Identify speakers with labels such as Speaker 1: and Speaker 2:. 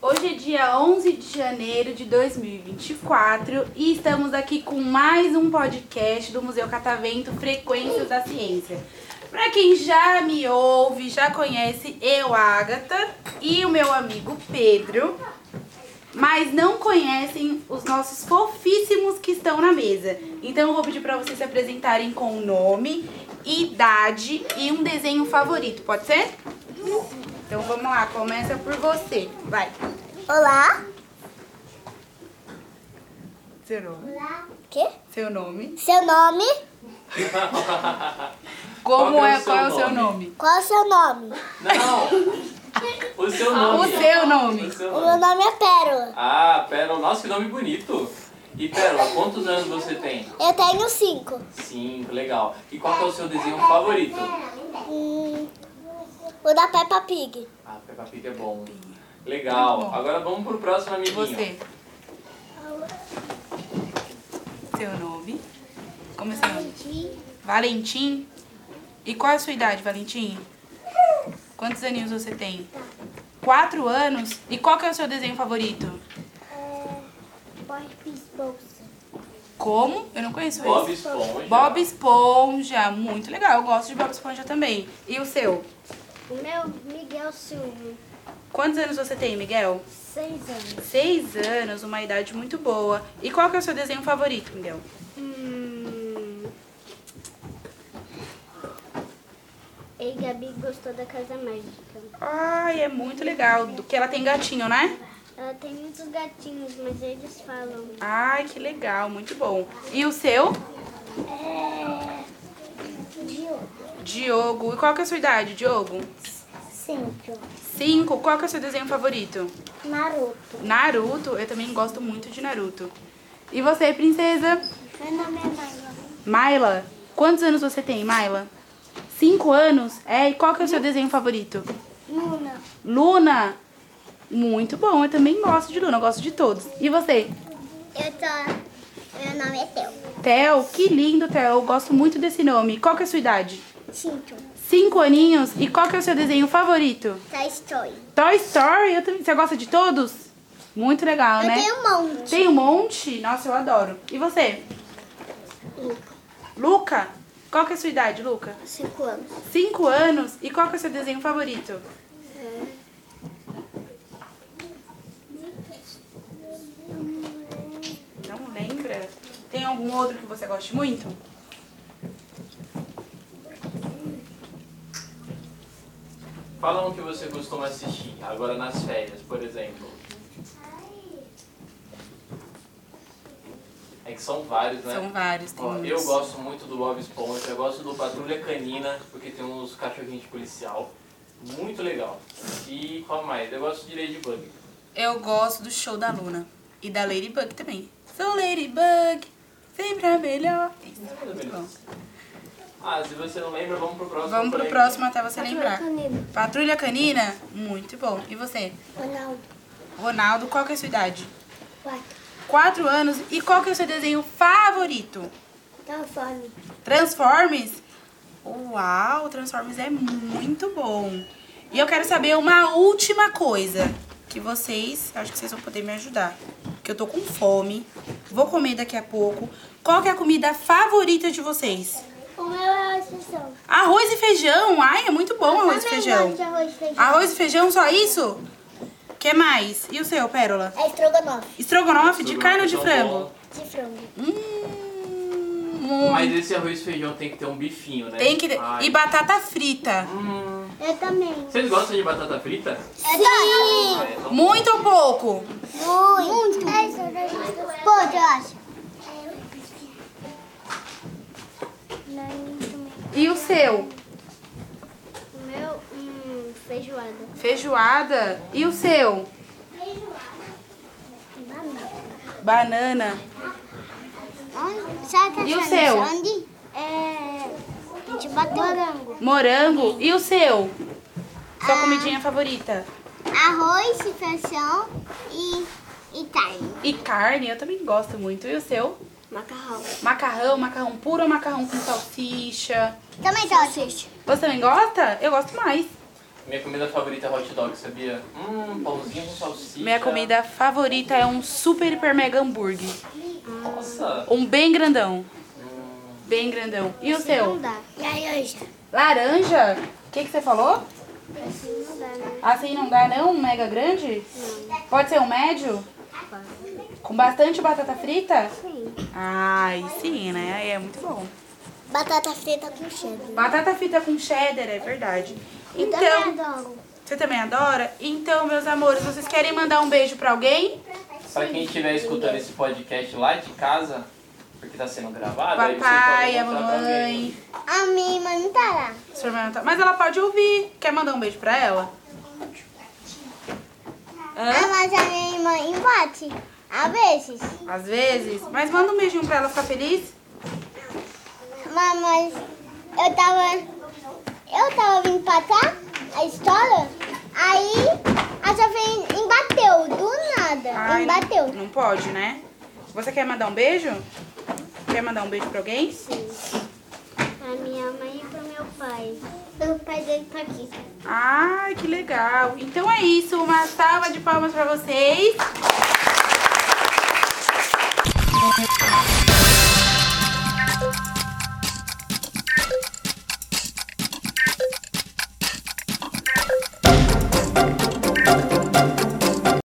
Speaker 1: Hoje é dia 11 de janeiro de 2024 e estamos aqui com mais um podcast do Museu Catavento Frequências da Ciência. Para quem já me ouve, já conhece eu, Agatha, e o meu amigo Pedro, mas não conhecem os nossos fofíssimos que estão na mesa. Então eu vou pedir para vocês se apresentarem com nome, idade e um desenho favorito, pode ser? Então vamos lá, começa por você. Vai.
Speaker 2: Olá.
Speaker 1: Seu nome.
Speaker 2: Quê?
Speaker 1: Seu nome.
Speaker 2: Seu nome?
Speaker 1: Como
Speaker 3: Qual que é
Speaker 1: é,
Speaker 3: o
Speaker 1: qual é o
Speaker 3: seu
Speaker 1: seu
Speaker 3: nome?
Speaker 1: nome?
Speaker 2: Qual é o seu nome?
Speaker 3: Não! O seu
Speaker 1: O
Speaker 3: nome.
Speaker 1: seu nome.
Speaker 3: O seu
Speaker 2: O meu
Speaker 3: nome.
Speaker 2: nome é Pérola.
Speaker 3: Ah, Pérola. Nossa, que nome bonito. E Pérola, quantos anos você tem?
Speaker 2: Eu tenho cinco.
Speaker 3: Cinco, legal. E qual que é o seu desenho favorito?
Speaker 2: Hum, o da Peppa Pig.
Speaker 3: Ah, Peppa Pig é bom. Legal. Agora vamos pro próximo amiguinho.
Speaker 1: Você. Seu nome. Como é seu nome? Valentim. E qual é a sua idade, Valentim? Quantos aninhos você tem? Quatro anos? E qual que é o seu desenho favorito? Como? Eu não conheço
Speaker 3: Bob
Speaker 1: esse.
Speaker 3: Esponja.
Speaker 1: Bob Esponja. Muito legal. Eu gosto de Bob Esponja também. E o seu?
Speaker 4: O meu Miguel Silva,
Speaker 1: Quantos anos você tem, Miguel?
Speaker 4: seis anos.
Speaker 1: Seis anos, uma idade muito boa. E qual que é o seu desenho favorito, Miguel?
Speaker 4: Hum. Ei, Gabi gostou da Casa Mágica.
Speaker 1: Ai, é muito legal. Do que ela tem gatinho, né?
Speaker 4: Ela tem muitos gatinhos, mas eles falam.
Speaker 1: Ai, que legal, muito bom. E o seu? Diogo. E qual que é a sua idade, Diogo?
Speaker 2: Sempre.
Speaker 1: Cinco. Qual que é o seu desenho favorito?
Speaker 2: Naruto.
Speaker 1: Naruto. Eu também gosto muito de Naruto. E você, princesa?
Speaker 2: Meu nome é Maia.
Speaker 1: Maila. Quantos anos você tem, Maila? Cinco anos? É, e qual que é o seu desenho favorito?
Speaker 2: Luna.
Speaker 1: Luna. Muito bom, eu também gosto de Luna, eu gosto de todos. E você?
Speaker 2: Eu tô... Meu nome é Teu.
Speaker 1: Theo, que lindo, Theo. Eu gosto muito desse nome. Qual que é a sua idade?
Speaker 2: Cinco.
Speaker 1: Cinco aninhos. E qual que é o seu desenho favorito?
Speaker 2: Toy Story.
Speaker 1: Toy Story. Eu também. Você gosta de todos? Muito legal, né?
Speaker 2: um monte.
Speaker 1: Tem um monte? Nossa, eu adoro. E você? Luca. Qual que é a sua idade, Luca?
Speaker 2: Cinco anos.
Speaker 1: Cinco anos. E qual que é o seu desenho favorito? Não lembra? Tem algum outro que você goste muito?
Speaker 3: Fala um que você costuma assistir, agora nas férias, por exemplo. É que são vários, né?
Speaker 1: São vários, tem
Speaker 3: Ó, eu
Speaker 1: muitos.
Speaker 3: gosto muito do Bob Esponja, eu gosto do Patrulha Canina, porque tem uns cachorrinhos de policial. Muito legal. E qual mais? Eu gosto de Ladybug.
Speaker 1: Eu gosto do show da Luna. E da Ladybug também. Sou Ladybug, sempre a melhor.
Speaker 3: É
Speaker 1: Muito bom.
Speaker 3: Ah, se você não lembra, vamos pro próximo.
Speaker 1: Vamos pro
Speaker 3: colega.
Speaker 1: próximo até você lembrar. Patrulha Canina? Muito bom. E você?
Speaker 2: Ronaldo.
Speaker 1: Ronaldo, qual que é a sua idade?
Speaker 2: Quatro.
Speaker 1: Quatro anos. E qual que é o seu desenho favorito?
Speaker 2: Tá Transforme.
Speaker 1: Transformers? Uau, Transformers é muito bom. E eu quero saber uma última coisa que vocês, acho que vocês vão poder me ajudar, que eu tô com fome, vou comer daqui a pouco. Qual que é a comida favorita de vocês?
Speaker 2: O meu é a exceção.
Speaker 1: Arroz e feijão. Ai, é muito bom arroz e feijão.
Speaker 2: arroz e feijão.
Speaker 1: Arroz e feijão só isso? Que mais? E o seu, Pérola?
Speaker 2: É estrogonofe.
Speaker 1: Estrogonofe de carne ou de
Speaker 3: São
Speaker 1: frango?
Speaker 3: Paulo.
Speaker 2: De frango.
Speaker 1: Hum,
Speaker 3: Mas
Speaker 1: muito.
Speaker 3: esse arroz e feijão tem que ter um bifinho, né?
Speaker 1: Tem que ter-
Speaker 3: Ai.
Speaker 1: e batata frita.
Speaker 3: Hum.
Speaker 2: Eu também.
Speaker 3: Vocês gostam de batata frita?
Speaker 2: Sim.
Speaker 3: Ah, então-
Speaker 1: Muito ou pouco?
Speaker 2: Muito. Pode, eu é. acho.
Speaker 1: E o seu?
Speaker 4: O meu,
Speaker 2: um
Speaker 4: hum, feijoada.
Speaker 1: Feijoada. E o seu? Banana.
Speaker 2: Onde? Sabe
Speaker 1: E o seu?
Speaker 2: Onde? É... A gente bateu morango.
Speaker 1: Morango. E o seu? Sua comidinha favorita?
Speaker 2: Arroz, feijão e, e carne.
Speaker 1: e carne, eu também gosto muito. E o seu?
Speaker 4: Macarrão.
Speaker 1: Macarrão, macarrão puro ou macarrão com salsicha?
Speaker 2: Também tá assiste.
Speaker 1: Você também gosta? Eu gosto mais.
Speaker 3: Minha comida favorita é hot dog, sabia? Hum, pãozinho com salsicha.
Speaker 1: Minha comida favorita é um super hiper mega hambúrguer.
Speaker 3: Nossa.
Speaker 1: Um bem grandão.
Speaker 3: Hum,
Speaker 1: Bem grandão. E o
Speaker 4: Não
Speaker 1: seu?
Speaker 4: dá.
Speaker 2: E aí, hoje?
Speaker 1: Laranja? O que, que você falou?
Speaker 4: Assim não dá, né?
Speaker 1: Assim não dá não? Um mega grande? Pode ser um médio? Com bastante batata frita?
Speaker 4: Sim.
Speaker 1: Ai, sim, né? Aí é muito bom.
Speaker 2: Batata frita com cheiro.
Speaker 1: Batata frita com cheddar, é verdade. Então,
Speaker 2: é.
Speaker 1: você também adora? Então, meus amores, vocês querem mandar um beijo pra alguém?
Speaker 3: pra quem estiver escutando esse podcast lá de casa, porque tá sendo gravado, aí você
Speaker 1: Papai,
Speaker 3: pode
Speaker 1: a
Speaker 3: mandar pra
Speaker 1: mamãe,
Speaker 3: alguém.
Speaker 2: A minha irmã não tá lá.
Speaker 1: sua irmã não tá- Mas ela pode ouvir. Quer mandar um beijo pra ela?
Speaker 2: Ah,
Speaker 1: Hã?
Speaker 2: mas a minha irmã embate. Às vezes.
Speaker 1: Às vezes. Mas manda um beijinho pra ela ficar feliz.
Speaker 2: Mas, mas eu tava. Eu tava vindo pra cá, a escola. Aí a jovem embateu, do nada.
Speaker 1: Ai,
Speaker 2: embateu.
Speaker 1: Não pode, né? Você quer mandar um beijo? Quer mandar um beijo pra alguém?
Speaker 4: A minha mãe e pro meu pai. O pai dele tá aqui.
Speaker 1: Ai, que legal. Então é isso. Uma salva de palmas pra vocês.